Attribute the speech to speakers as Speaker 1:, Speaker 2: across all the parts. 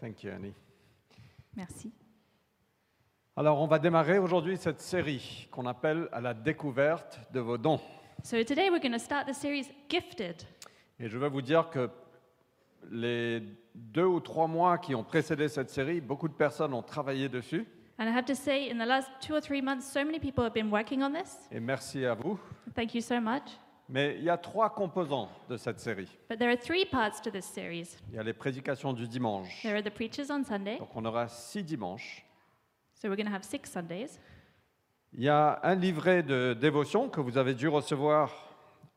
Speaker 1: Thank you, Annie.
Speaker 2: Merci.
Speaker 1: Alors, on va démarrer aujourd'hui cette série qu'on appelle à la découverte de vos dons.
Speaker 2: So today we're going to start the series Gifted.
Speaker 1: Et je veux vous dire que les deux ou trois mois qui ont précédé cette série, beaucoup de personnes ont travaillé dessus.
Speaker 2: And I have to say, in the last two or three months, so many people have been working on this.
Speaker 1: Et merci à vous.
Speaker 2: Thank you so much.
Speaker 1: Mais il y a trois composants de cette série.
Speaker 2: But there are three parts to this series
Speaker 1: Il y a les prédications du dimanche.
Speaker 2: there are the preachers on Sunday,
Speaker 1: Donc on aura six dimanches.
Speaker 2: so we're going to have six Sundays.
Speaker 1: Il y a un livret de dévotion que vous avez dû recevoir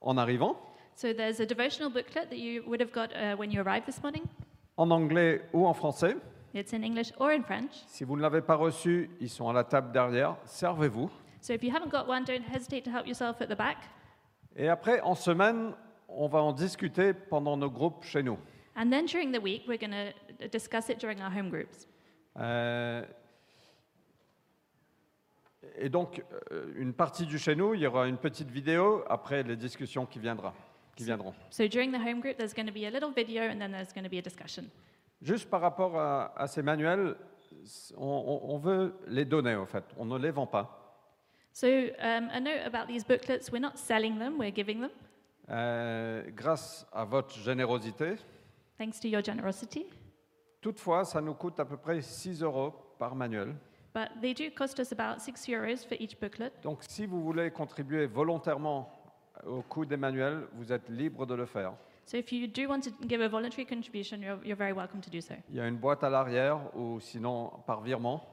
Speaker 1: en arrivant,
Speaker 2: So there's a devotional booklet that you would have got uh, when you arrived this morning.
Speaker 1: en anglais ou en français.
Speaker 2: It's in English or in French.
Speaker 1: Si vous ne l'avez pas reçu, ils sont à la table derrière. Servez-vous.
Speaker 2: So if you haven't got one, don't hesitate to help yourself at the back.
Speaker 1: Et après, en semaine, on va en discuter pendant nos groupes chez nous.
Speaker 2: And then during the week, we're going to discuss it during our home groups.
Speaker 1: Euh, et donc, euh, une partie du chez nous, il y aura une petite vidéo après les discussions qui, viendra, qui viendront.
Speaker 2: So during the home group, there's going to be a little video and then there's going to be a discussion.
Speaker 1: Juste par rapport à, à ces manuels, on, on- on veut les donner, en fait. On ne les vend pas.
Speaker 2: So um, a note about these booklets: we're not selling them; we're giving them,
Speaker 1: Euh, grâce à votre générosité.
Speaker 2: thanks to your generosity.
Speaker 1: Toutefois, ça nous coûte à peu près 6 euros par manuel.
Speaker 2: But they do cost us about six euros for each booklet.
Speaker 1: Donc, si vous voulez contribuer volontairement au coût des manuels, vous êtes libre de le faire.
Speaker 2: So if you do want to give a voluntary contribution, you're, you're very welcome to do so.
Speaker 1: Il y a une boîte à l'arrière ou sinon par virement.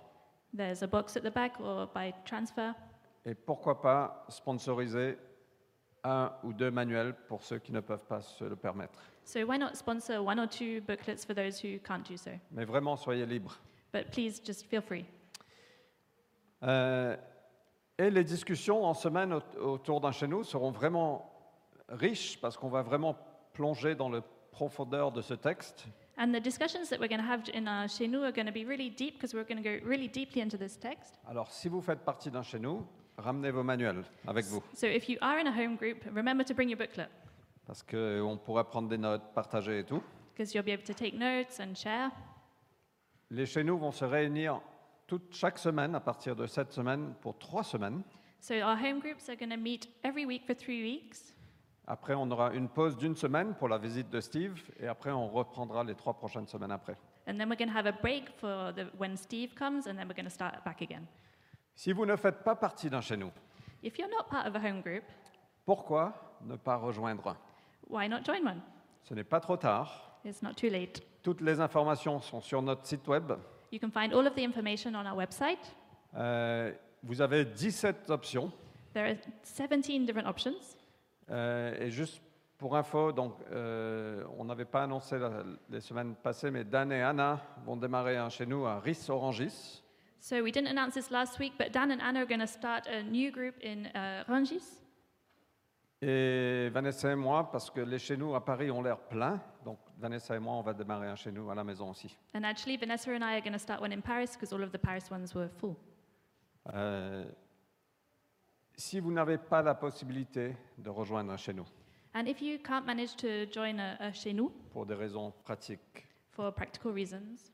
Speaker 2: There's a box at the back or by transfer,
Speaker 1: Et pourquoi pas sponsoriser un ou deux manuels pour ceux qui ne peuvent pas se le permettre.
Speaker 2: so why not sponsor one or two booklets for those who can't do so?
Speaker 1: Mais vraiment, soyez libres.
Speaker 2: But please just feel free.
Speaker 1: Euh, et les discussions en semaine au- autour d'un chez nous seront vraiment riches parce qu'on va vraiment plonger dans le profondeur de ce texte.
Speaker 2: And the discussions that we're going to have in our chez nous are going to be really deep because we're going to go really deeply into this text.
Speaker 1: Alors, si vous faites partie d'un chez nous, ramenez vos manuels avec vous
Speaker 2: So if you are in a home group, remember to bring your booklet
Speaker 1: parce qu'on pourra prendre des notes, partager et tout.
Speaker 2: because you'll be able to take notes and share.
Speaker 1: Les chez nous vont se réunir toute chaque semaine à partir de cette semaine pour trois semaines.
Speaker 2: So our home groups are going to meet every week for three weeks.
Speaker 1: Après, on aura une pause d'une semaine pour la visite de Steve, et après, on reprendra les trois prochaines semaines après.
Speaker 2: And then we're going to have a break for the, when Steve comes, and then we're going to start back again.
Speaker 1: Si vous ne faites pas partie d'un chez nous,
Speaker 2: If you're not part of a home group,
Speaker 1: pourquoi ne pas rejoindre un
Speaker 2: why not join one?
Speaker 1: Ce n'est pas trop tard.
Speaker 2: It's not too late.
Speaker 1: Toutes les informations sont sur notre site web.
Speaker 2: You can find all of the information on our website.
Speaker 1: Euh, vous avez 17 options.
Speaker 2: There are 17 different options.
Speaker 1: Euh, et juste pour info, donc, euh, on n'avait pas annoncé la- les semaines passées, mais Dan et Anna vont démarrer un chez nous à Ris-Orangis.
Speaker 2: So we didn't announce this last week, but Dan and Anna are going to start a new group in uh, Rangis.
Speaker 1: Et Vanessa et moi, parce que les chez nous à Paris ont l'air pleins, donc Vanessa et moi, on va démarrer un chez nous à la maison aussi.
Speaker 2: And actually, Vanessa and I are going to start one in Paris because all of the Paris ones were full.
Speaker 1: Euh, si vous n'avez pas la possibilité de rejoindre un chez nous,
Speaker 2: And if you can't manage to join a, a chez nous
Speaker 1: pour des raisons pratiques,
Speaker 2: for practical reasons,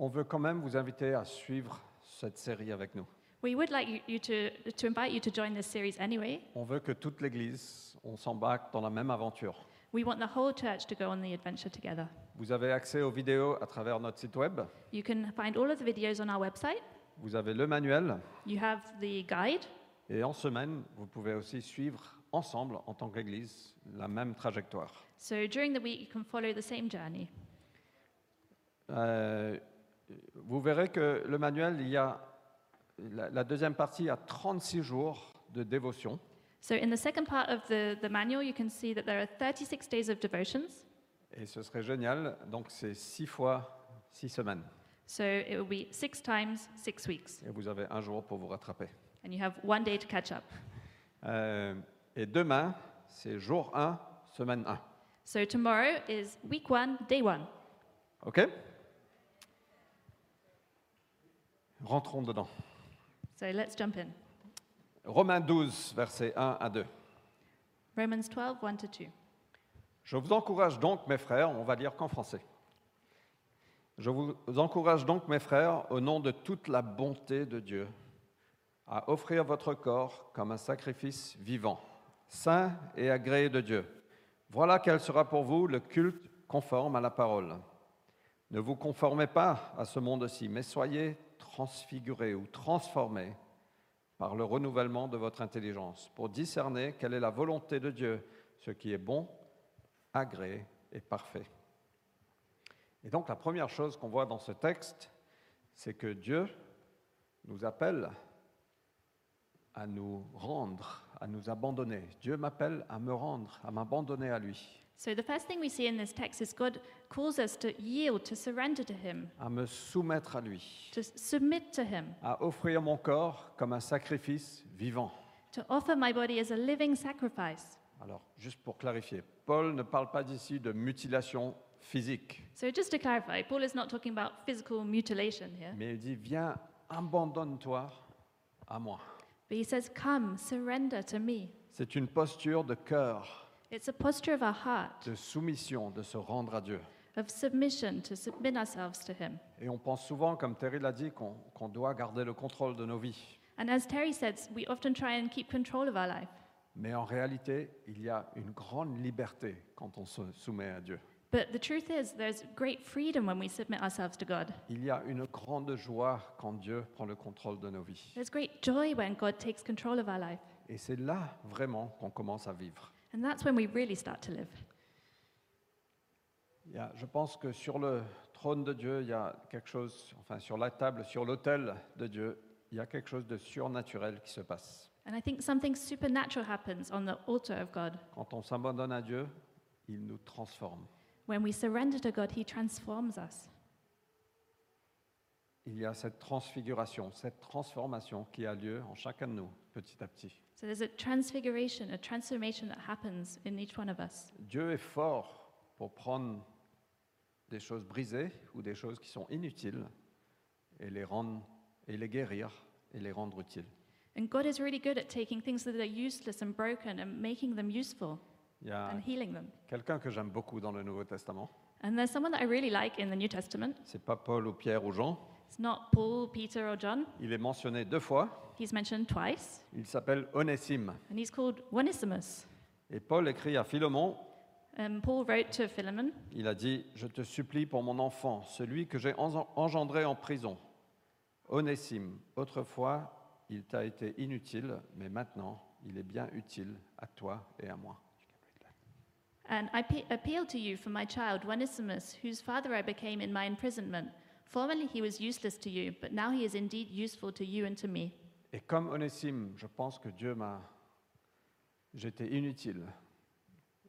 Speaker 1: on veut quand même vous inviter à suivre cette série avec nous.
Speaker 2: we would like you, you to, to invite you to join this series anyway.
Speaker 1: On veut que toute l'Église, on s'embarque dans la même aventure.
Speaker 2: We want the whole church to go on the adventure together.
Speaker 1: Vous avez accès aux vidéos à travers notre site web.
Speaker 2: You can find all of the videos on our website.
Speaker 1: Vous avez le manuel.
Speaker 2: You have the guide.
Speaker 1: Et en semaine, vous pouvez aussi suivre ensemble, en tant qu'Église, la même trajectoire.
Speaker 2: So during the week, you can follow the same journey.
Speaker 1: Euh, vous verrez que le manuel, il y a la, la deuxième partie a 36 jours de dévotion.
Speaker 2: So in the second part of the, the manual, you can see that there are 36 days of devotions.
Speaker 1: Et ce serait génial. Donc, c'est six fois six semaines.
Speaker 2: So it will be six times six weeks.
Speaker 1: Et vous avez un jour pour vous rattraper.
Speaker 2: And you have one day to catch up.
Speaker 1: Euh, et demain, c'est jour 1, semaine 1.
Speaker 2: So tomorrow is week one, day one.
Speaker 1: OK Rentrons dedans.
Speaker 2: So let's jump in.
Speaker 1: Romains 12, versets 1 à 2.
Speaker 2: Romans 12, 1 to 2.
Speaker 1: Je vous encourage donc, mes frères, on va lire qu'en français, Je vous encourage donc, mes frères, au nom de toute la bonté de Dieu, à offrir votre corps comme un sacrifice vivant, saint et agréé de Dieu. Voilà quel sera pour vous le culte conforme à la parole. Ne vous conformez pas à ce monde-ci, mais soyez transfigurés ou transformés par le renouvellement de votre intelligence pour discerner quelle est la volonté de Dieu, ce qui est bon, agréé et parfait. Et donc la première chose qu'on voit dans ce texte, c'est que Dieu nous appelle à nous rendre, à nous abandonner. Dieu m'appelle à me rendre, à m'abandonner à lui,
Speaker 2: So the first thing we see in this text is God calls us to yield, to surrender to Him,
Speaker 1: à me soumettre à lui,
Speaker 2: to submit to Him,
Speaker 1: à offrir mon corps comme un sacrifice vivant.
Speaker 2: to offer my body as a living sacrifice.
Speaker 1: Alors, juste pour clarifier, Paul ne parle pas ici de mutilation physique,
Speaker 2: So just to clarify, Paul is not talking about physical mutilation here,
Speaker 1: mais il dit, viens, abandonne-toi à moi.
Speaker 2: but he says, Come, surrender to me.
Speaker 1: C'est une posture de cœur,
Speaker 2: It's a posture of our heart,
Speaker 1: de soumission, de se rendre à Dieu.
Speaker 2: of submission, to submit ourselves to Him.
Speaker 1: Et on pense souvent, comme Terry l'a dit, qu'on qu'on doit garder le contrôle de nos vies.
Speaker 2: And as Terry says, we often try and keep control of our life,
Speaker 1: Mais en réalité, il y a une grande liberté quand on se soumet à Dieu.
Speaker 2: but the truth is, there's great freedom when we submit ourselves to God.
Speaker 1: Il y a une grande joie quand Dieu prend le contrôle de nos vies.
Speaker 2: There's great joy when God takes control of our life,
Speaker 1: Et c'est là vraiment qu'on commence à vivre.
Speaker 2: and that's when we really start to live.
Speaker 1: Il y a- je pense que sur le trône de Dieu, il y a quelque chose, enfin sur la table, sur l'autel de Dieu, il y a quelque chose de surnaturel qui se passe.
Speaker 2: And I think something supernatural happens on the altar of God.
Speaker 1: Quand on s'abandonne à Dieu, il nous transforme.
Speaker 2: When we surrender to God, He transforms us.
Speaker 1: Il y a cette transfiguration, cette transformation qui a lieu en chacun de nous, petit à petit.
Speaker 2: So there's a transfiguration, a transformation that happens in each one of us.
Speaker 1: Dieu est fort pour prendre des choses brisées ou des choses qui sont inutiles et les rendre et les guérir et les rendre utiles.
Speaker 2: And God is really good at taking things that are useless and broken and making them useful
Speaker 1: Il y a
Speaker 2: and healing them.
Speaker 1: quelqu'un que j'aime beaucoup dans le Nouveau Testament,
Speaker 2: And there's someone that I really like in the New Testament.
Speaker 1: c'est pas Paul ou Pierre ou Jean,
Speaker 2: It's not Paul, Peter, or John.
Speaker 1: il est mentionné deux fois,
Speaker 2: He's mentioned twice,
Speaker 1: il s'appelle Onésime
Speaker 2: and he's called Onesimus.
Speaker 1: et Paul écrit à Philémon,
Speaker 2: Um, Paul wrote to Philemon,
Speaker 1: il a dit "Je te supplie pour mon enfant, celui que j'ai en- engendré en prison. Onésime, autrefois, il t'a été inutile, mais maintenant, il est bien utile à toi et à moi."
Speaker 2: And I pe- appeal to you for my child, Onesimus, whose father I became in my imprisonment. Formerly he was useless to you, but now he is indeed useful to you and to me.
Speaker 1: Et comme Onésime, je pense que Dieu m'a. J'étais inutile.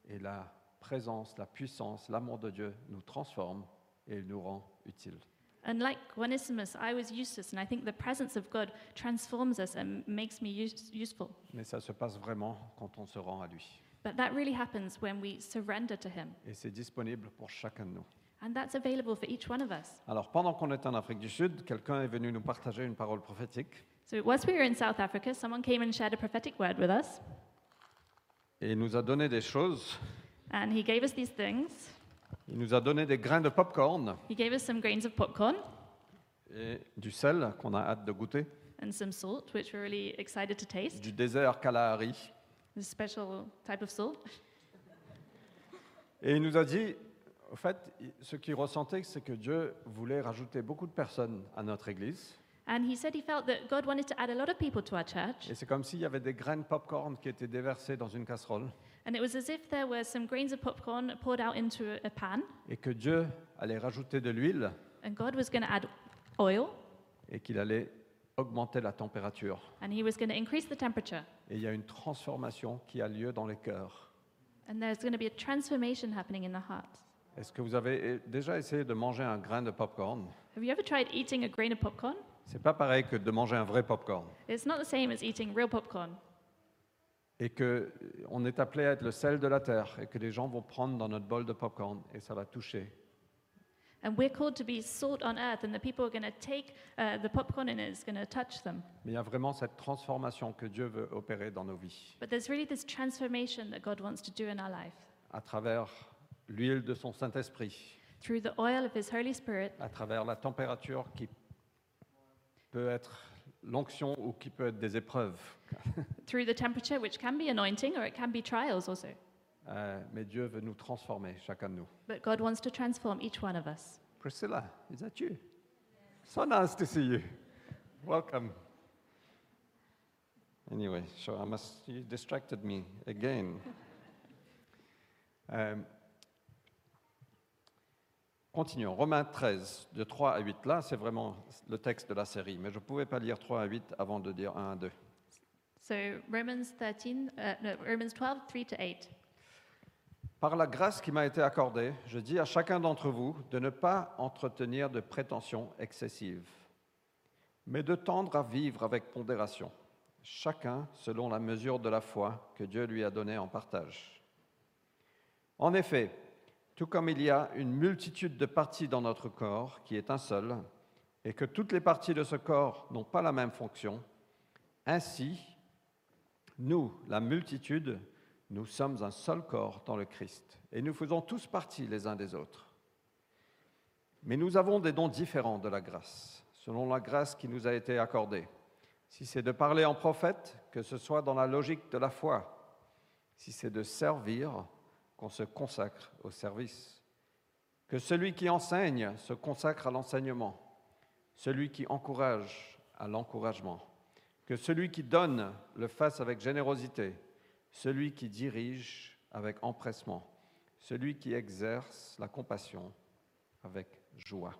Speaker 1: Et la présence, la puissance, l'amour de Dieu nous transforme et il nous rend utile.
Speaker 2: And like Onesimus, I was useless, and I think the presence of God transforms us and makes me use- useful.
Speaker 1: Mais ça se passe vraiment quand on se rend à lui.
Speaker 2: But that really happens when we surrender to him.
Speaker 1: Et c'est disponible pour chacun de nous.
Speaker 2: And that's available for each one of us.
Speaker 1: Alors, pendant qu'on était en Afrique du Sud, quelqu'un est venu nous partager une parole prophétique
Speaker 2: So, whilst we were in South Africa, someone came and shared a prophetic word with us,
Speaker 1: et il nous a donné des choses.
Speaker 2: and he gave us these things.
Speaker 1: Il nous a donné des grains de popcorn
Speaker 2: He gave us some grains of popcorn
Speaker 1: et du sel qu'on a hâte de goûter,
Speaker 2: and some salt, which we're really excited to taste.
Speaker 1: du désert Kalahari.
Speaker 2: a special type of salt.
Speaker 1: Et il nous a dit, en fait, ce qu'il ressentait, c'est que Dieu voulait rajouter beaucoup de personnes à notre Église.
Speaker 2: And he said he felt that God wanted to add a lot of people to our church.
Speaker 1: Et c'est comme s'il y avait des grains de popcorn qui étaient déversés dans une casserole
Speaker 2: And it was as if there were some grains of popcorn poured out into a- a pan,
Speaker 1: et que Dieu allait rajouter de l'huile
Speaker 2: and God was going to add oil,
Speaker 1: et qu'il allait augmenter la température.
Speaker 2: and he was going to increase the temperature.
Speaker 1: Et il y a une transformation qui a lieu dans les cœurs.
Speaker 2: And there's going to be a transformation happening in the heart.
Speaker 1: Est-ce que vous avez eh, déjà essayé de manger un grain de popcorn
Speaker 2: Have you ever tried eating a grain of popcorn?
Speaker 1: C'est pas pareil que de manger un vrai popcorn.
Speaker 2: It's not the same as eating real popcorn.
Speaker 1: Et que eh, on est appelé à être le sel de la terre et que les gens vont prendre dans notre bol de popcorn et ça va toucher
Speaker 2: And we're called to be salt on earth, and the people are going to take uh, the popcorn and it's going to touch them.
Speaker 1: Mais il y a vraiment cette transformation que Dieu veut opérer dans nos vies,
Speaker 2: But there's really this transformation that God wants to do in our life
Speaker 1: à travers l'huile de son Saint-Esprit,
Speaker 2: through the oil of his Holy Spirit,
Speaker 1: à travers la température qui peut être l'onction ou qui peut être des épreuves.
Speaker 2: through the temperature, which can be anointing or it can be trials also.
Speaker 1: Euh, mais Dieu veut nous transformer, chacun de nous.
Speaker 2: But God wants to transform each one of us.
Speaker 1: Priscilla, is that you? So nice to see you. Welcome. Anyway, so I must, you distracted me again. Um, continuons. Romains 13, de 3 à 8. Là, c'est vraiment le texte de la série, mais je ne pouvais pas lire 3 à 8 avant de dire 1 à 2.
Speaker 2: So Romans 13, uh, no, Romans 12, 3 to 8.
Speaker 1: Par la grâce qui m'a été accordée, je dis à chacun d'entre vous de ne pas entretenir de prétentions excessives, mais de tendre à vivre avec pondération, chacun selon la mesure de la foi que Dieu lui a donnée en partage. En effet, tout comme il y a une multitude de parties dans notre corps qui est un seul, et que toutes les parties de ce corps n'ont pas la même fonction, ainsi, nous, la multitude, nous sommes un seul corps dans le Christ et nous faisons tous partie les uns des autres. Mais nous avons des dons différents de la grâce, selon la grâce qui nous a été accordée. Si c'est de parler en prophète, que ce soit dans la logique de la foi. Si c'est de servir, qu'on se consacre au service. Que celui qui enseigne se consacre à l'enseignement. Celui qui encourage à l'encouragement. Que celui qui donne le fasse avec générosité, celui qui dirige avec empressement, celui qui exerce la compassion avec joie.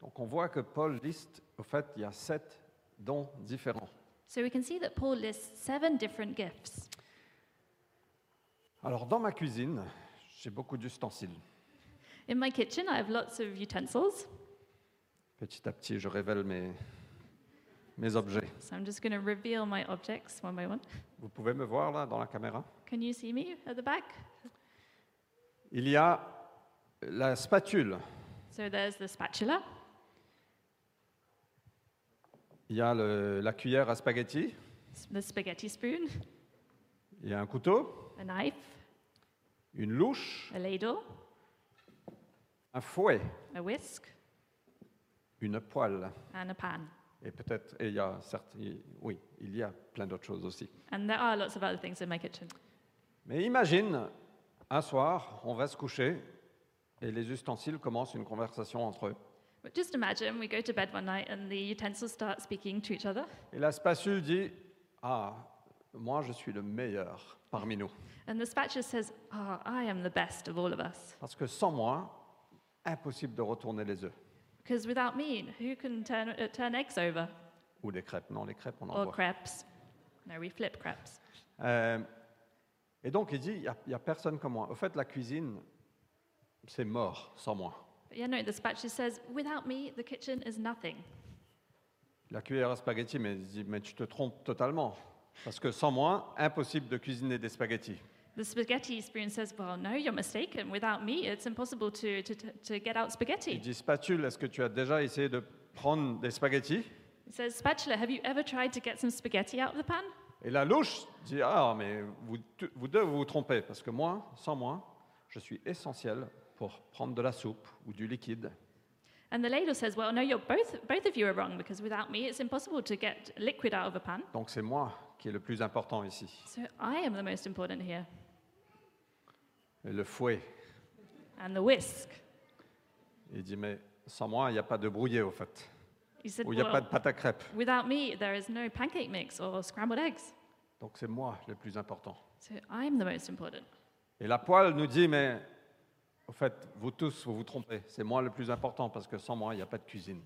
Speaker 1: Donc on voit que Paul liste, au fait, il y a sept dons différents.
Speaker 2: So we can see that Paul lists seven different gifts.
Speaker 1: Alors dans ma cuisine, j'ai beaucoup d'ustensiles.
Speaker 2: In my kitchen, I have lots of utensils,
Speaker 1: Petit à petit, je révèle mes, mes objets.
Speaker 2: so I'm just going to reveal my objects one by one.
Speaker 1: Vous pouvez me voir là dans la caméra
Speaker 2: Can you see me at the back?
Speaker 1: Il y a la spatule,
Speaker 2: So there's the spatula,
Speaker 1: il y a le- la cuillère à spaghetti,
Speaker 2: s- the spaghetti spoon,
Speaker 1: il y a un couteau,
Speaker 2: a knife,
Speaker 1: une louche,
Speaker 2: a ladle,
Speaker 1: un fouet,
Speaker 2: a whisk,
Speaker 1: une poêle.
Speaker 2: and a pan.
Speaker 1: Et peut-être, et il y a certes, il- oui, il y a plein d'autres choses aussi.
Speaker 2: And there are lots of other things in my kitchen.
Speaker 1: Mais imagine, un soir, on va se coucher et les ustensiles commencent une conversation entre eux.
Speaker 2: But just imagine we go to bed one night and the utensils start speaking to each other,
Speaker 1: Et la spatule dit Ah, moi je suis le meilleur parmi nous.
Speaker 2: and the spatula says, Ah, I am the best of all of us.
Speaker 1: Parce que sans moi, impossible de retourner les œufs.
Speaker 2: Because without me, who can turn, uh, turn eggs over?
Speaker 1: Ou les crêpes. Non, les crêpes, on en
Speaker 2: Or
Speaker 1: voit.
Speaker 2: crepes. No, we flip crepes.
Speaker 1: Euh, et donc il dit Il n'y a, personne comme moi. Au fait, la cuisine, c'est mort sans moi.
Speaker 2: But yeah, no, the spatula says, without me, the kitchen is nothing.
Speaker 1: La cuillère à spaghettis, mais, il dit, mais tu te trompes totalement. Parce que sans moi, impossible de cuisiner des spaghettis.
Speaker 2: The spaghetti spoon says, well, no, you're mistaken. Without me, it's impossible to, to, to- to get out
Speaker 1: Il
Speaker 2: spaghetti.
Speaker 1: dit, spatule, est-ce que tu as déjà essayé de prendre des spaghettis
Speaker 2: It says, spatula, have you ever tried to get some spaghetti out of the pan?
Speaker 1: Et la louche dit, ah, mais vous, t- vous deux, vous vous trompez. Parce que moi, sans moi, je suis essentiel pour prendre de la soupe ou du liquide.
Speaker 2: And the ladle says, well, no, you're both, both of you are wrong because without me, it's impossible to get liquid out of a pan.
Speaker 1: Donc c'est moi qui est le plus important ici.
Speaker 2: So I am the most important here.
Speaker 1: Et le fouet,
Speaker 2: And the whisk.
Speaker 1: il dit, mais sans moi, il n'y a pas de brouillé, au fait.
Speaker 2: He said,
Speaker 1: Ou il n'y a pas
Speaker 2: well,
Speaker 1: de pâte à crêpes.
Speaker 2: without me, there is no pancake mix or scrambled eggs.
Speaker 1: Donc c'est moi le plus important.
Speaker 2: So I'm the most important.
Speaker 1: Et la poêle nous dit, mais au fait, vous tous, vous vous trompez. C'est moi le plus important parce que sans moi, il n'y a pas de cuisine.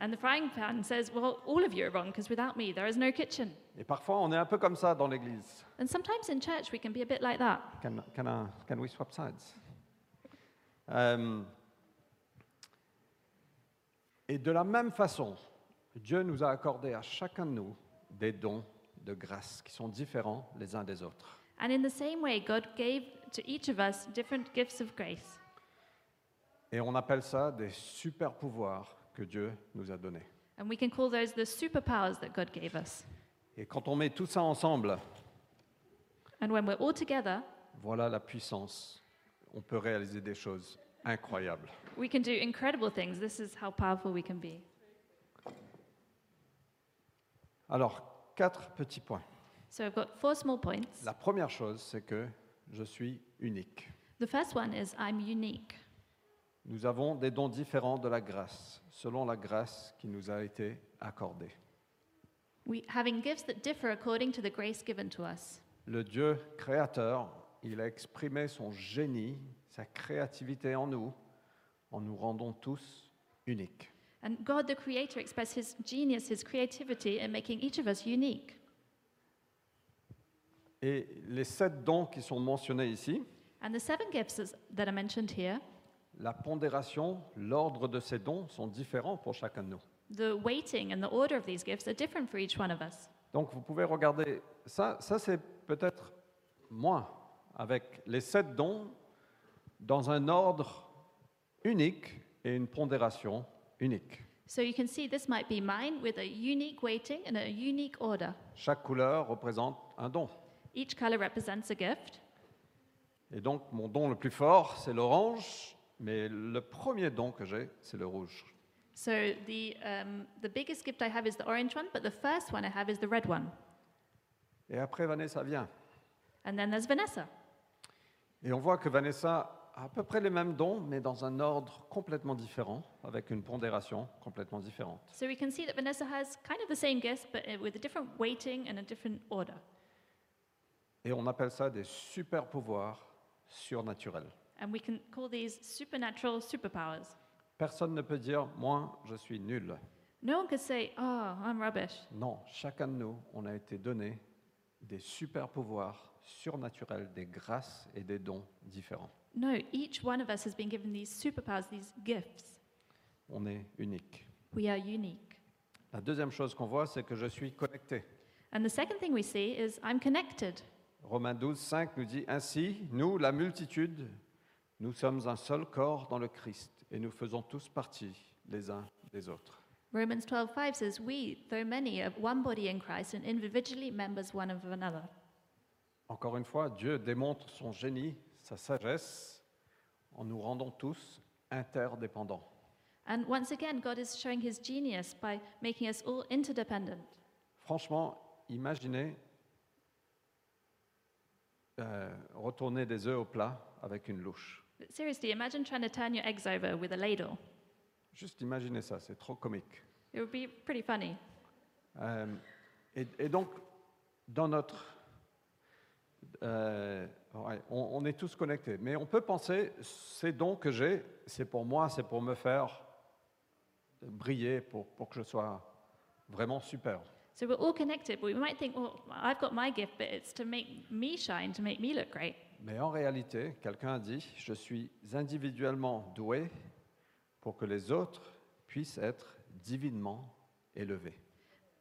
Speaker 2: And the frying pan says, Well, all of you are wrong because without me, there is no kitchen.
Speaker 1: Et parfois, on est un peu comme ça dans l'Église.
Speaker 2: And sometimes in church, we can be a bit like that.
Speaker 1: Can, can I- can we swap sides? Euh, et de la même façon, Dieu nous a accordé à chacun de nous des dons de grâce qui sont différents les uns des autres.
Speaker 2: And in the same way, God gave to each of us different gifts of grace.
Speaker 1: Et on appelle ça des super pouvoirs que Dieu nous a donnés.
Speaker 2: And we can call those the superpowers that God gave us.
Speaker 1: Et quand on met tout ça ensemble,
Speaker 2: And when we're all together,
Speaker 1: Voilà la puissance. On peut réaliser des choses incroyable.
Speaker 2: We can do incredible things. This is how powerful we can be.
Speaker 1: Alors, quatre petits points.
Speaker 2: So I've got four small points.
Speaker 1: La première chose, c'est que je suis unique.
Speaker 2: The first one is I'm unique.
Speaker 1: Nous avons des dons différents de la grâce, selon la grâce qui nous a été accordée.
Speaker 2: We, having gifts that differ according to the grace given to us.
Speaker 1: Le Dieu créateur, il a exprimé son génie, sa créativité en nous, en nous rendant tous uniques.
Speaker 2: And God, the Creator, expressed His genius, His creativity in making each of us unique.
Speaker 1: Et les sept dons qui sont mentionnés ici,
Speaker 2: And the seven gifts is- that are mentioned here,
Speaker 1: la pondération, l'ordre de ces dons sont différents pour chacun de nous.
Speaker 2: the weighting and the order of these gifts are different for each one of us.
Speaker 1: Donc vous pouvez regarder ça, ça c'est peut-être moins avec les sept dons dans un ordre unique et une pondération unique.
Speaker 2: So you can see this might be mine with a unique weighting and a unique order.
Speaker 1: Chaque couleur représente un don.
Speaker 2: Each color represents a gift.
Speaker 1: Et donc mon don le plus fort, c'est l'orange, mais le premier don que j'ai, c'est le rouge.
Speaker 2: So the, um, the biggest gift I have is the orange one, but the first one I have is the red one.
Speaker 1: Et après Vanessa vient.
Speaker 2: And then there's Vanessa.
Speaker 1: Et on voit que Vanessa a à peu près les mêmes dons, mais dans un ordre complètement différent, avec une pondération complètement différente.
Speaker 2: So we can see that Vanessa has kind of the same gifts, but uh, with a different weighting and a different order.
Speaker 1: Et on appelle ça des super pouvoirs surnaturels.
Speaker 2: And we can call these supernatural superpowers.
Speaker 1: Personne ne peut dire moi je suis nul.
Speaker 2: No one could say, oh, I'm rubbish.
Speaker 1: Non, chacun de nous, on a été donné des super pouvoirs surnaturels, des grâces et des dons différents.
Speaker 2: No, each one of us has been given these superpowers, these gifts.
Speaker 1: On est unique.
Speaker 2: We are unique.
Speaker 1: La deuxième chose qu'on voit, c'est que je suis connecté.
Speaker 2: And the second thing we see is I'm connected.
Speaker 1: Romains 12, 5 nous dit Ainsi, nous, la multitude, nous sommes un seul corps dans le Christ et nous faisons tous partie les uns des autres.
Speaker 2: Romans 12:5 says, "We, though many, are one body in Christ and individually members one of another."
Speaker 1: Encore une fois, Dieu démontre son génie, sa sagesse, en nous rendant tous interdépendants.
Speaker 2: And once again, God is showing his genius by making us all interdependent.
Speaker 1: Franchement, imaginez euh, retourner des œufs au plat avec une louche.
Speaker 2: But seriously, imagine trying to turn your eggs over with a ladle.
Speaker 1: Juste imaginez ça, c'est trop comique.
Speaker 2: It would be pretty funny.
Speaker 1: Euh, et, et donc, dans notre... euh, ouais, on, on est tous connectés, mais on peut penser, ces dons que j'ai, c'est pour moi, c'est pour me faire briller, pour, pour que je sois vraiment super.
Speaker 2: So we're all connected, but we might think, "Well, I've got my gift, but it's to make me shine, to make me look great."
Speaker 1: Mais en réalité, quelqu'un a dit, je suis individuellement doué pour que les autres puissent être divinement élevés.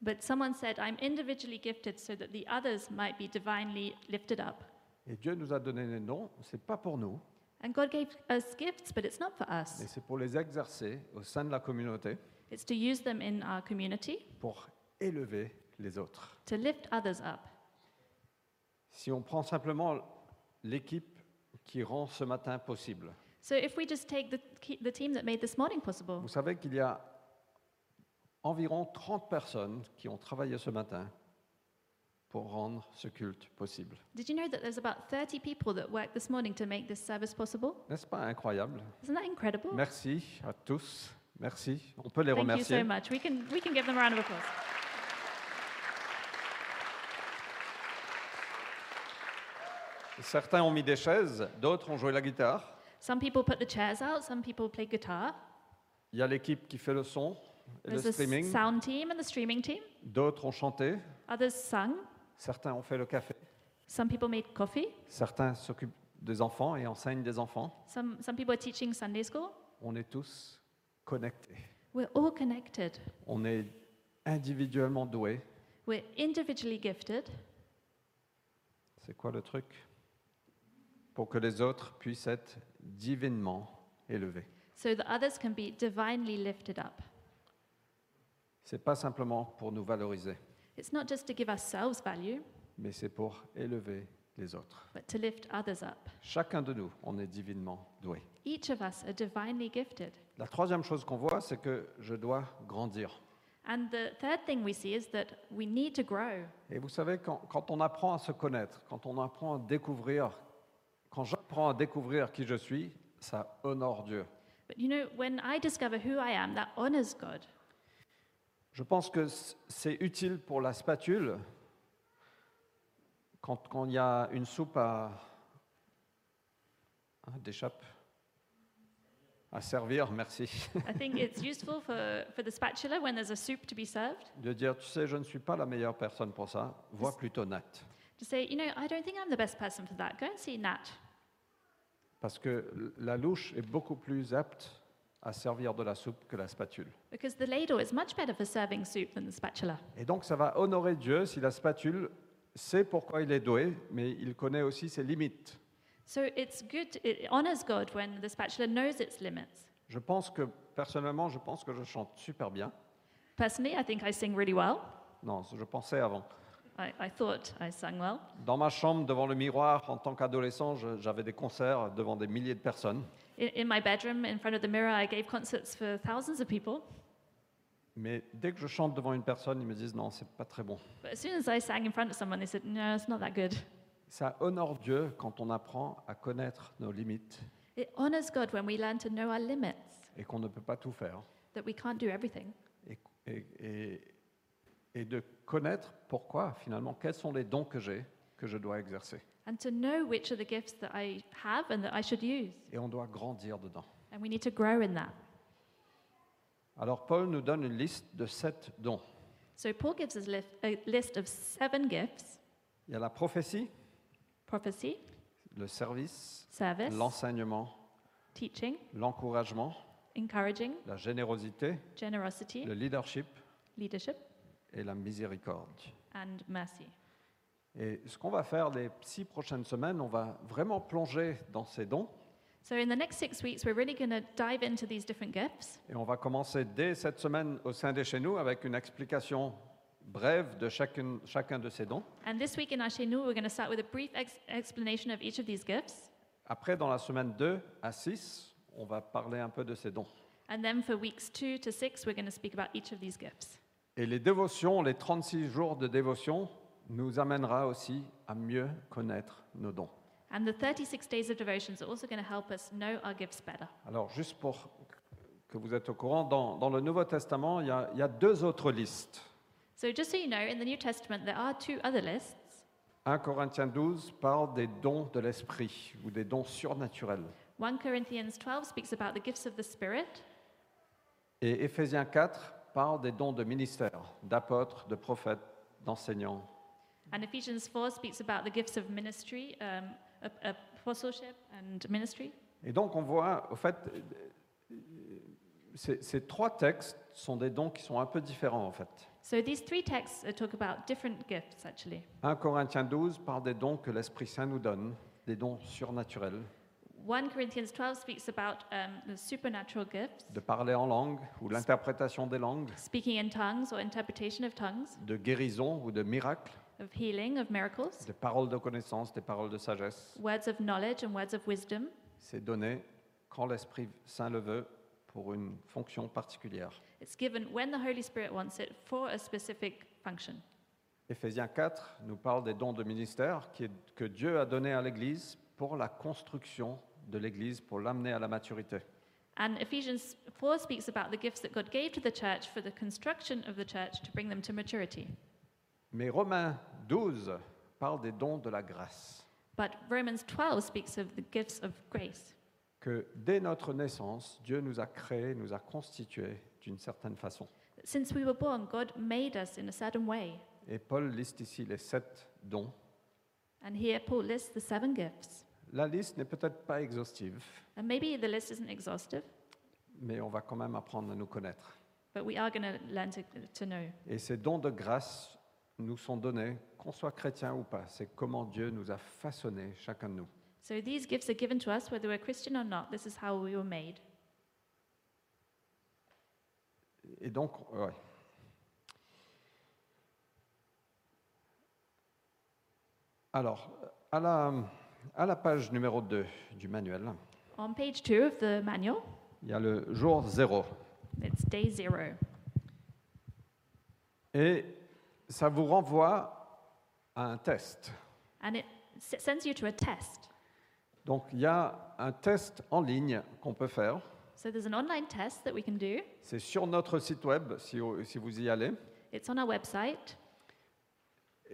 Speaker 2: But someone said, "I'm individually gifted so that the others might be divinely lifted up."
Speaker 1: Et Dieu nous a donné les dons, c'est pas pour nous,
Speaker 2: And God gave us gifts, but it's not for
Speaker 1: mais
Speaker 2: us.
Speaker 1: c'est pour les exercer au sein de la communauté
Speaker 2: It's to use them in our community.
Speaker 1: pour élever les autres.
Speaker 2: to lift others up.
Speaker 1: Si on prend simplement l'équipe qui rend ce matin possible,
Speaker 2: So if we just take the, ke- the team that made this morning possible,
Speaker 1: vous savez qu'il y a environ 30 personnes qui ont travaillé ce matin pour rendre ce culte possible.
Speaker 2: did you know that there's about 30 people that worked this morning to make this service possible?
Speaker 1: N'est-ce pas incroyable
Speaker 2: Isn't that incredible?
Speaker 1: Merci à tous. Merci. On peut les
Speaker 2: Thank you
Speaker 1: remercier.
Speaker 2: so much. We can, we can give them a round of applause.
Speaker 1: Certains ont mis des chaises, d'autres ont joué la guitare.
Speaker 2: Some people put the chairs out, some people play guitar.
Speaker 1: Il y a l'équipe qui fait le son et le
Speaker 2: There's the s-
Speaker 1: streaming.
Speaker 2: sound team and the streaming team.
Speaker 1: D'autres ont chanté.
Speaker 2: Others sung.
Speaker 1: Certains ont fait le café.
Speaker 2: Some people made coffee.
Speaker 1: Certains s'occupent des enfants et enseignent des enfants.
Speaker 2: Some, some people are teaching Sunday school.
Speaker 1: On est tous connectés.
Speaker 2: We're all connected.
Speaker 1: On est individuellement doués.
Speaker 2: We're individually gifted
Speaker 1: C'est quoi le truc Pour que les autres puissent être divinement élevés.
Speaker 2: so that others can be divinely lifted up.
Speaker 1: C'est pas simplement pour nous valoriser.
Speaker 2: It's not just to give ourselves value,
Speaker 1: mais c'est pour élever les autres.
Speaker 2: but to lift others up.
Speaker 1: Chacun de nous, on est divinement doué.
Speaker 2: Each of us are divinely gifted.
Speaker 1: La troisième chose qu'on voit, c'est que je dois grandir.
Speaker 2: And the third thing we see is that we need to grow.
Speaker 1: Et vous savez, quand, quand on apprend à se connaître, quand on apprend à découvrir, quand j'apprends à découvrir qui je suis, ça honore Dieu.
Speaker 2: But you know, when I discover who I am, that honors God.
Speaker 1: Je pense que c- c'est utile pour la spatule quand, quand il y a une soupe à, à d'échappe à servir, merci,
Speaker 2: I think it's useful for, for the spatula when there's a soup to be served
Speaker 1: de dire, tu sais, je ne suis pas la meilleure personne pour ça, vois plutôt Nat.
Speaker 2: to say, you know, I don't think I'm the best person for that. Go and see Nat.
Speaker 1: Parce que l- la louche est beaucoup plus apte à servir de la soupe que la spatule.
Speaker 2: Because the ladle is much better for serving soup than the spatula.
Speaker 1: Et donc ça va honorer Dieu si la spatule sait pourquoi il est doué, mais il connaît aussi ses limites.
Speaker 2: So it's good, it honors God when the spatula knows its limits.
Speaker 1: Je pense que, personnellement, je pense que je chante super bien.
Speaker 2: Personally, I think I sing really well.
Speaker 1: Non, je pensais avant.
Speaker 2: I, I thought I sang well.
Speaker 1: Dans ma chambre, devant le miroir, en tant qu'adolescent, je- j'avais des concerts devant des milliers de personnes.
Speaker 2: In, in my bedroom, in front of the mirror, I gave concerts for thousands of people.
Speaker 1: Mais dès que je chante devant une personne, ils me disent non, c'est pas très bon.
Speaker 2: But as soon as I sang in front of someone, they said, no, it's not that good.
Speaker 1: Ça honore Dieu quand on apprend à connaître nos limites
Speaker 2: It honors God when we learn to know our limits,
Speaker 1: et qu'on ne peut pas tout faire.
Speaker 2: that we can't do everything,
Speaker 1: Et, et- et- et de connaître pourquoi, finalement, quels sont les dons que j'ai, que je dois exercer.
Speaker 2: and to know which are the gifts that I have and that I should use.
Speaker 1: Et on doit grandir dedans.
Speaker 2: And we need to grow in that.
Speaker 1: Alors Paul nous donne une liste de sept dons.
Speaker 2: So Paul gives us lif- a list of seven gifts
Speaker 1: Il y a la prophétie,
Speaker 2: prophecy,
Speaker 1: le service,
Speaker 2: service,
Speaker 1: l'enseignement,
Speaker 2: teaching,
Speaker 1: l'encouragement,
Speaker 2: encouraging,
Speaker 1: la générosité,
Speaker 2: generosity,
Speaker 1: le leadership
Speaker 2: leadership,
Speaker 1: et la miséricorde.
Speaker 2: and mercy.
Speaker 1: Et ce qu'on va faire les six prochaines semaines, on va vraiment plonger dans ces dons
Speaker 2: So in the next six weeks, we're really going to dive into these different gifts.
Speaker 1: et on va commencer dès cette semaine au sein des chez nous avec une explication brève de chacune- chacun de ces dons.
Speaker 2: And this week in Ashenu, we're going to start with a brief ex- explanation of each of these gifts.
Speaker 1: Après, dans la semaine 2 à 6, on va parler un peu de ces dons.
Speaker 2: And then for weeks two to six, we're going to speak about each of these gifts.
Speaker 1: Et les dévotions, les 36 jours de dévotion, nous amènera aussi à mieux connaître nos dons.
Speaker 2: And the 36 days of devotions are also going to help us know our gifts better.
Speaker 1: Alors, juste pour que vous êtes au courant, dans, dans le Nouveau Testament, il y, a, il y a deux autres listes.
Speaker 2: So just so you know, in the New Testament, there are two other lists.
Speaker 1: 1 Corinthiens 12 parle des dons de l'esprit ou des dons surnaturels.
Speaker 2: 1 Corinthians 12 speaks about the gifts of the Spirit,
Speaker 1: Et Éphésiens 4 parle des dons de ministère, d'apôtres, de prophètes, d'enseignants.
Speaker 2: and Ephesians 4 speaks about the gifts of ministry, um, ap- apostleship, and ministry.
Speaker 1: Et donc, on voit, au fait, euh, ces, ces trois textes sont des dons qui sont un peu différents, en fait.
Speaker 2: So these three texts uh, talk about different gifts, actually.
Speaker 1: 1 Corinthiens 12 parle des dons que l'Esprit Saint nous donne, des dons surnaturels,
Speaker 2: 1 Corinthians 12 speaks about um, the supernatural gifts,
Speaker 1: de parler en langue ou l'interprétation des langues,
Speaker 2: speaking in tongues or interpretation of tongues,
Speaker 1: de guérison ou de miracle,
Speaker 2: of healing, of miracles,
Speaker 1: des paroles de connaissance, des paroles de sagesse.
Speaker 2: words of knowledge and words of wisdom.
Speaker 1: C'est donné quand l'Esprit Saint le veut pour une fonction particulière.
Speaker 2: It's given when the Holy Spirit wants it for a specific function.
Speaker 1: Éphésiens 4 nous parle des dons de ministère qui est- que Dieu a donné à l'Église pour la construction de l'Église, pour l'amener à la maturité.
Speaker 2: And Ephesians 4 speaks about the gifts that God gave to the church for the construction of the church to bring them to maturity.
Speaker 1: Mais Romains 12 parle des dons de la grâce,
Speaker 2: But Romans 12 speaks of the gifts of grace,
Speaker 1: que dès notre naissance, Dieu nous a créés, nous a constitués d'une certaine façon.
Speaker 2: that since we were born, God made us in a certain way.
Speaker 1: Et Paul liste ici les sept dons.
Speaker 2: And here Paul lists the seven gifts.
Speaker 1: La liste n'est peut-être pas exhaustive,
Speaker 2: And maybe the list isn't exhaustive,
Speaker 1: mais on va quand même apprendre à nous connaître.
Speaker 2: but we are going to learn to, to know.
Speaker 1: Et ces dons de grâce nous sont donnés, qu'on soit chrétien ou pas. C'est comment Dieu nous a façonnés, chacun de nous.
Speaker 2: So these gifts are given to us whether we're Christian or not. This is how we were made.
Speaker 1: Et donc, ouais. Alors, À la, à la page numéro 2 du manuel,
Speaker 2: On page two of the manual,
Speaker 1: il y a le jour zéro.
Speaker 2: it's day zero.
Speaker 1: Et ça vous renvoie à un test.
Speaker 2: And it s- sends you to a test.
Speaker 1: Donc il y a un test en ligne qu'on peut faire.
Speaker 2: So there's an online test that we can do.
Speaker 1: C'est sur notre site web si, si vous y allez.
Speaker 2: It's on our website.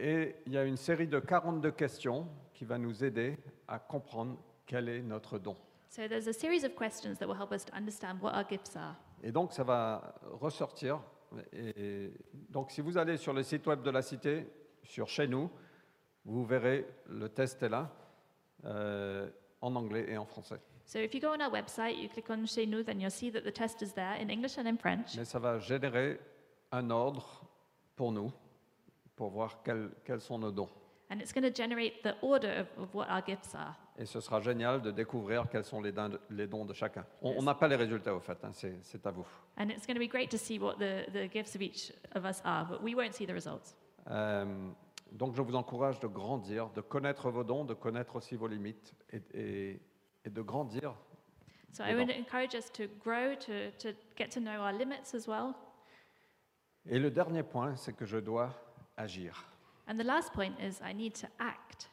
Speaker 1: Et il y a une série de 42 questions qui va nous aider à comprendre quel est notre don.
Speaker 2: So there's a series of questions that will help us to understand what our gifts are.
Speaker 1: Et donc ça va ressortir. Et donc si vous allez sur le site web de la cité, sur chez nous, vous verrez le test est là, euh, en anglais et en français.
Speaker 2: So if you go on our website, you click on Chez nous, then you'll see that the test is there in English and in French.
Speaker 1: Mais ça va générer un ordre pour nous, pour voir quels, quels sont nos dons.
Speaker 2: And it's going to generate the order of, of what our gifts are.
Speaker 1: Et ce sera génial de découvrir quels sont les, din- les dons de chacun. On
Speaker 2: Yes.
Speaker 1: on n'a pas les résultats au fait, hein, c'est c'est à vous.
Speaker 2: And it's going to be great to see what the, the gifts of each of us are, but we won't see the results.
Speaker 1: Euh, donc je vous encourage de grandir, de connaître vos dons, de connaître aussi vos limites et, et- et de grandir.
Speaker 2: So
Speaker 1: Good
Speaker 2: I would
Speaker 1: on.
Speaker 2: encourage us to grow, to, to get to know our limits as well.
Speaker 1: Et le dernier point, c'est que je dois agir.
Speaker 2: And the last point is I need to act.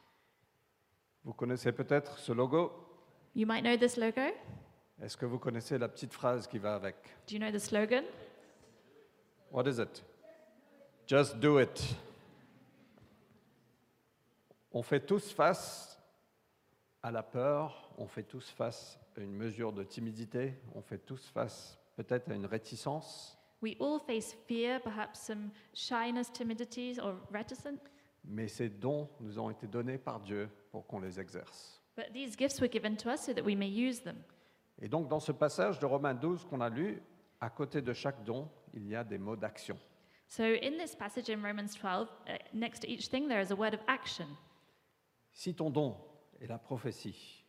Speaker 1: Vous connaissez peut-être ce logo.
Speaker 2: You might know this logo.
Speaker 1: Est-ce que vous connaissez la petite phrase qui va avec
Speaker 2: Do you know the slogan?
Speaker 1: What is it Just do it. On fait tous face à la peur, on fait tous face à une mesure de timidité, on fait tous face peut-être à une réticence.
Speaker 2: We all face fear, perhaps some shyness, timidity, or reticence.
Speaker 1: Mais ces dons nous ont été donnés par Dieu pour qu'on les exerce.
Speaker 2: But these gifts were given to us so that we may use them.
Speaker 1: Et donc dans ce passage de Romains 12 qu'on a lu, à côté de chaque don, il y a des mots d'action.
Speaker 2: So in this passage in Romans 12, uh, next to each thing there is a word of action.
Speaker 1: Si ton don est la prophétie,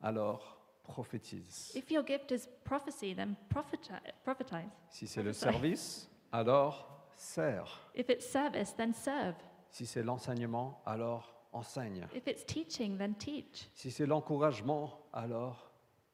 Speaker 1: alors prophétise.
Speaker 2: If your gift is prophecy, then propheti- prophetize.
Speaker 1: Si c'est le
Speaker 2: Sorry.
Speaker 1: service, alors sers.
Speaker 2: If it's service, then serve.
Speaker 1: Si c'est l'enseignement, alors enseigne.
Speaker 2: If it's teaching, then teach.
Speaker 1: Si c'est l'encouragement, alors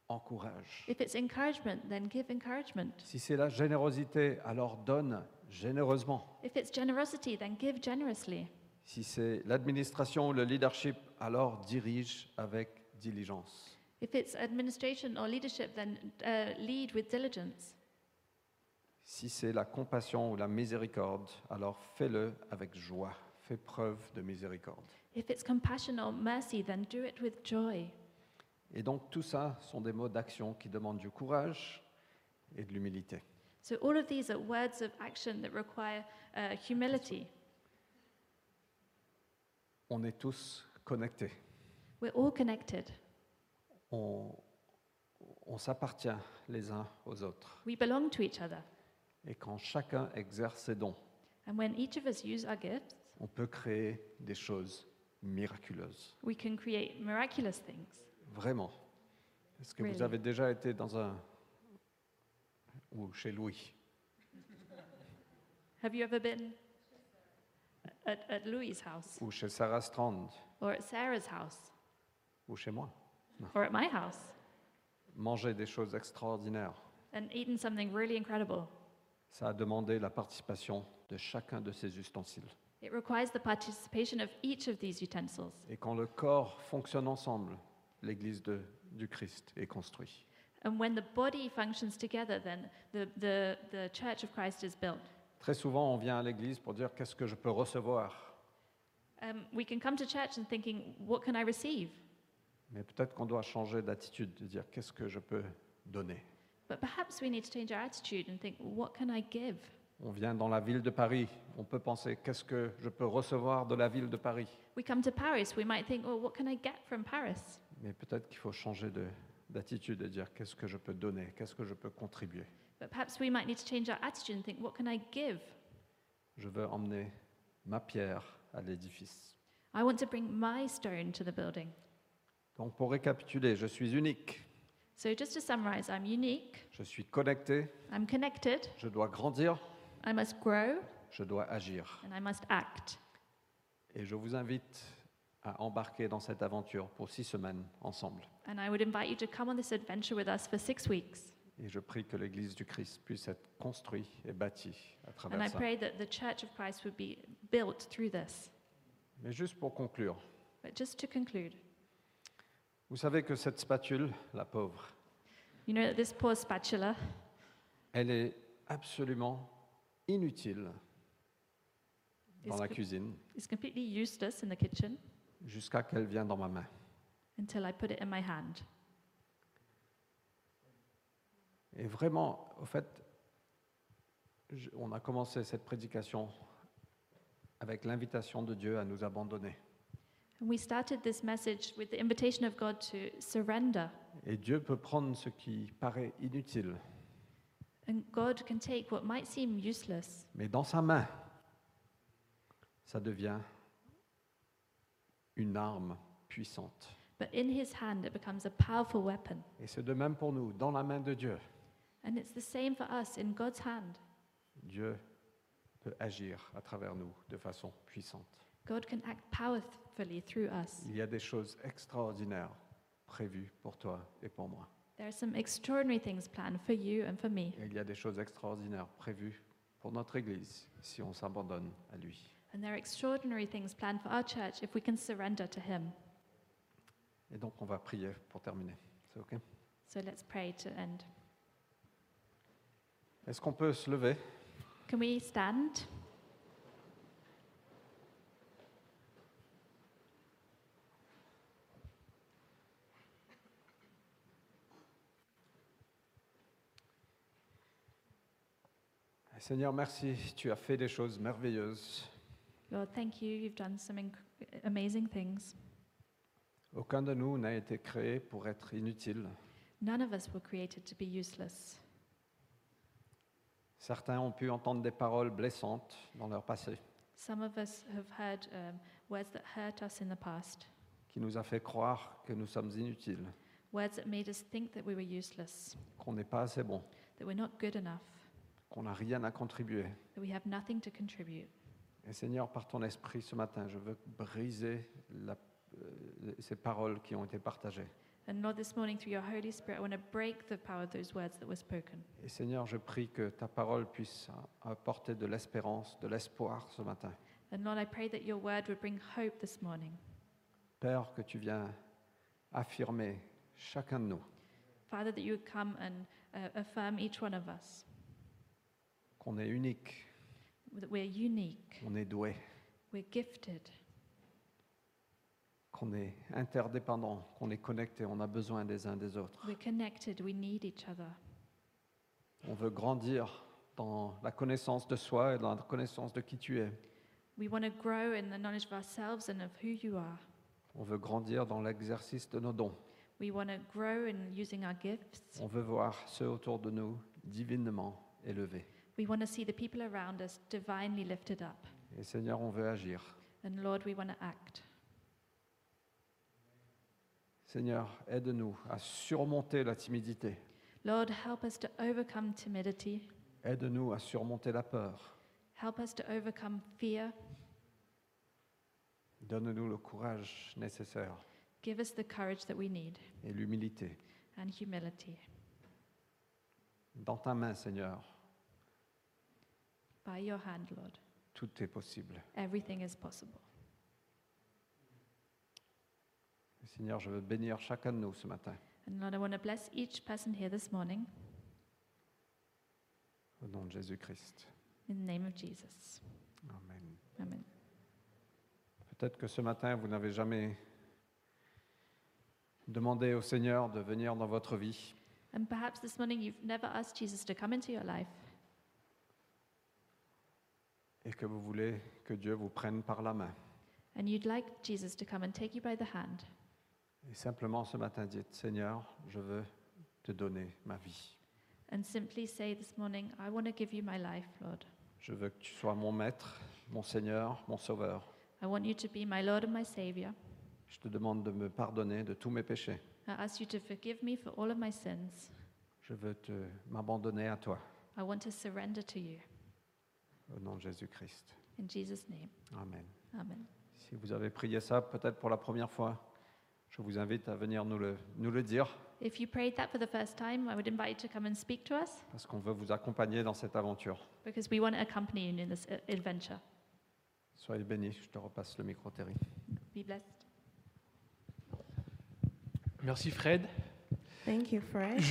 Speaker 1: encourage.
Speaker 2: If it's encouragement, then give encouragement.
Speaker 1: Si c'est la générosité, alors donne généreusement.
Speaker 2: If it's generosity, then give generously.
Speaker 1: Si c'est l'administration ou le leadership, alors dirige avec diligence.
Speaker 2: If it's administration or leadership, then uh, lead with diligence.
Speaker 1: Si c'est la compassion ou la miséricorde, alors fais-le avec joie. Fais preuve de miséricorde.
Speaker 2: If it's compassion or mercy, then do it with joy.
Speaker 1: Et donc tout ça sont des mots d'action qui demandent du courage et de l'humilité.
Speaker 2: So, all of these are words of action that require uh, humility.
Speaker 1: On est tous connectés.
Speaker 2: We're all connected,
Speaker 1: On, on s'appartient les uns aux autres.
Speaker 2: we belong to each other.
Speaker 1: Et quand chacun exerce ses dons,
Speaker 2: And when each of us use our gifts,
Speaker 1: on peut créer des choses miraculeuses.
Speaker 2: we can create miraculous things.
Speaker 1: Vraiment. Est-ce que vous
Speaker 2: Really.
Speaker 1: avez déjà été dans un. ou chez Louis
Speaker 2: Have you ever been at, at Louis' house,
Speaker 1: Ou chez Sarah Strand
Speaker 2: or at Sarah's house,
Speaker 1: Ou chez moi
Speaker 2: or at my house,
Speaker 1: Manger des choses extraordinaires.
Speaker 2: and eaten something really incredible?
Speaker 1: Ça a demandé la participation de chacun de ces ustensiles.
Speaker 2: It requires the participation of each of these utensils.
Speaker 1: Et quand le corps fonctionne ensemble, l'Église de- du Christ est construite.
Speaker 2: And when the body functions together, then the, the, the church of Christ is built.
Speaker 1: Très souvent, on vient à l'Église pour dire qu'est-ce que je peux recevoir
Speaker 2: Um, we can come to church and thinking, what can I receive?
Speaker 1: Mais peut-être qu'on doit changer d'attitude, de dire qu'est-ce que je peux donner.
Speaker 2: But perhaps we need to change our attitude and think, what can I give?
Speaker 1: On vient dans la ville de Paris, on peut penser qu'est-ce que je peux recevoir de la ville de Paris
Speaker 2: We come to Paris, we might think, well, what can I get from Paris?
Speaker 1: Mais peut-être qu'il faut changer de- d'attitude et dire qu'est-ce que je peux donner, qu'est-ce que je peux contribuer.
Speaker 2: But perhaps we might need to change our attitude and think, what can I give?
Speaker 1: Je veux emmener ma pierre à l'édifice.
Speaker 2: I want to bring my stone to the building.
Speaker 1: Donc pour récapituler, je suis unique,
Speaker 2: So, just to summarize, I'm unique,
Speaker 1: je suis connecté,
Speaker 2: I'm connected,
Speaker 1: je dois grandir,
Speaker 2: I must grow,
Speaker 1: je dois agir.
Speaker 2: and I must act.
Speaker 1: Et je vous invite à embarquer dans cette aventure pour six semaines ensemble.
Speaker 2: And I would invite you to come on this adventure with us for six weeks.
Speaker 1: Et je prie que l'Église du Christ puisse être construite et bâtie à
Speaker 2: And
Speaker 1: travers
Speaker 2: I
Speaker 1: ça.
Speaker 2: pray that the Church of Christ would be built through this.
Speaker 1: Mais juste pour conclure,
Speaker 2: But just to conclude,
Speaker 1: vous savez que cette spatule, la pauvre,
Speaker 2: you know that this poor spatula,
Speaker 1: elle est absolument inutile dans
Speaker 2: Est-ce
Speaker 1: la
Speaker 2: que-
Speaker 1: cuisine
Speaker 2: It's completely useless in the kitchen
Speaker 1: jusqu'à qu'elle vienne dans ma main.
Speaker 2: until I put it in my hand.
Speaker 1: Et vraiment, au fait, je- on a commencé cette prédication avec l'invitation de Dieu à nous abandonner.
Speaker 2: And we started this message with the invitation of God to surrender.
Speaker 1: Et Dieu peut prendre ce qui paraît inutile,
Speaker 2: And God can take what might seem useless,
Speaker 1: mais dans sa main, ça devient une arme puissante.
Speaker 2: but in his hand it becomes a powerful weapon.
Speaker 1: Et c'est de même pour nous, dans la main de Dieu,
Speaker 2: And it's the same for us in God's hand.
Speaker 1: Dieu peut agir à travers nous de façon puissante.
Speaker 2: God can act powerfully through us.
Speaker 1: Il y a des choses extraordinaires prévues pour toi et pour moi.
Speaker 2: There are some extraordinary things planned for you and for me,
Speaker 1: Et il y a des choses extraordinaires prévues pour notre Église si on s'abandonne à lui.
Speaker 2: and there are extraordinary things planned for our church if we can surrender to him.
Speaker 1: Et donc on va prier pour terminer. C'est OK
Speaker 2: So let's pray to end.
Speaker 1: Est-ce qu'on peut se lever
Speaker 2: Can we stand?
Speaker 1: Seigneur, merci. Tu as fait des choses merveilleuses.
Speaker 2: Lord, thank you. You've done some inc- amazing things.
Speaker 1: Aucun de nous n'a été créé pour être inutile.
Speaker 2: None of us were created to be useless.
Speaker 1: Certains ont pu entendre des paroles blessantes dans leur passé
Speaker 2: Some of us have heard um, words that hurt us in the past,
Speaker 1: qui nous a fait croire que nous sommes inutiles,
Speaker 2: words that made us think that we were useless,
Speaker 1: qu'on n'est pas assez bon,
Speaker 2: that we're not good enough,
Speaker 1: qu'on n'a rien à contribuer.
Speaker 2: that we have nothing to contribute.
Speaker 1: Et Seigneur, par ton esprit ce matin, je veux briser la- euh, ces paroles qui ont été partagées.
Speaker 2: And Lord, this morning through your Holy Spirit, I want to break the power of those words that were spoken.
Speaker 1: Et Seigneur, je prie que ta parole puisse apporter de l'espérance, de l'espoir ce matin.
Speaker 2: And Lord, I pray that your word would bring hope this morning.
Speaker 1: Père, que tu viens affirmer chacun de nous,
Speaker 2: Father, that you would come and uh, affirm each one of us,
Speaker 1: qu'on est unique,
Speaker 2: that we're unique,
Speaker 1: qu'on est doué,
Speaker 2: we're gifted,
Speaker 1: qu'on est interdépendant, qu'on est connecté, on a besoin des uns des autres.
Speaker 2: we're connected, we need each other.
Speaker 1: On veut grandir dans la connaissance de soi et dans la connaissance de qui tu es.
Speaker 2: We want to grow in the knowledge of ourselves and of who you are.
Speaker 1: On veut grandir dans l'exercice de nos dons.
Speaker 2: We want to grow in using our gifts.
Speaker 1: On veut voir ceux autour de nous divinement élevés.
Speaker 2: We want to see the people around us divinely lifted up.
Speaker 1: Et Seigneur, on veut agir.
Speaker 2: And Lord, we want to act.
Speaker 1: Seigneur, aide-nous à surmonter la timidité.
Speaker 2: Lord, help us to overcome timidity.
Speaker 1: Aide-nous à surmonter la peur.
Speaker 2: Help us to overcome fear.
Speaker 1: Donne-nous le courage nécessaire
Speaker 2: Give us the courage that we need
Speaker 1: et l'humilité.
Speaker 2: and humility.
Speaker 1: Dans ta main, Seigneur,
Speaker 2: By your hand, Lord,
Speaker 1: tout est possible.
Speaker 2: everything is possible.
Speaker 1: Seigneur, je veux bénir chacun de nous ce matin.
Speaker 2: And Lord, I want to bless each person here this morning
Speaker 1: Au nom de Jésus-Christ.
Speaker 2: in the name of Jesus.
Speaker 1: Amen.
Speaker 2: Amen.
Speaker 1: Peut-être que ce matin, vous n'avez jamais demandé au Seigneur de venir dans votre vie.
Speaker 2: And perhaps this morning you've never asked Jesus to come into your life
Speaker 1: et que vous voulez que Dieu vous prenne par la main.
Speaker 2: and you'd like Jesus to come and take you by the hand.
Speaker 1: Et simplement ce matin, dites, Seigneur, je veux te donner ma vie.
Speaker 2: and simply say this morning, I want to give you my life, Lord.
Speaker 1: Je veux que tu sois mon maître, mon Seigneur, mon Sauveur.
Speaker 2: I want you to be my Lord and my Savior.
Speaker 1: Je te demande de me pardonner de tous mes péchés.
Speaker 2: I ask you to forgive me for all of my sins.
Speaker 1: Je veux te m'abandonner à toi.
Speaker 2: I want to surrender to you.
Speaker 1: Au nom de Jésus-Christ.
Speaker 2: In Jesus' name,
Speaker 1: Amen.
Speaker 2: Amen.
Speaker 1: Si vous avez prié ça peut-être pour la première fois, je vous invite à venir nous le, nous le dire
Speaker 2: If you prayed that for the first time, I would invite you to come and speak to us
Speaker 1: parce qu'on veut vous accompagner dans cette aventure.
Speaker 2: because we want to accompany you in this uh, adventure.
Speaker 1: Soyez bénis, je te repasse le micro, Terry.
Speaker 2: Be blessed.
Speaker 3: Merci Fred.
Speaker 4: Thank you, Fred.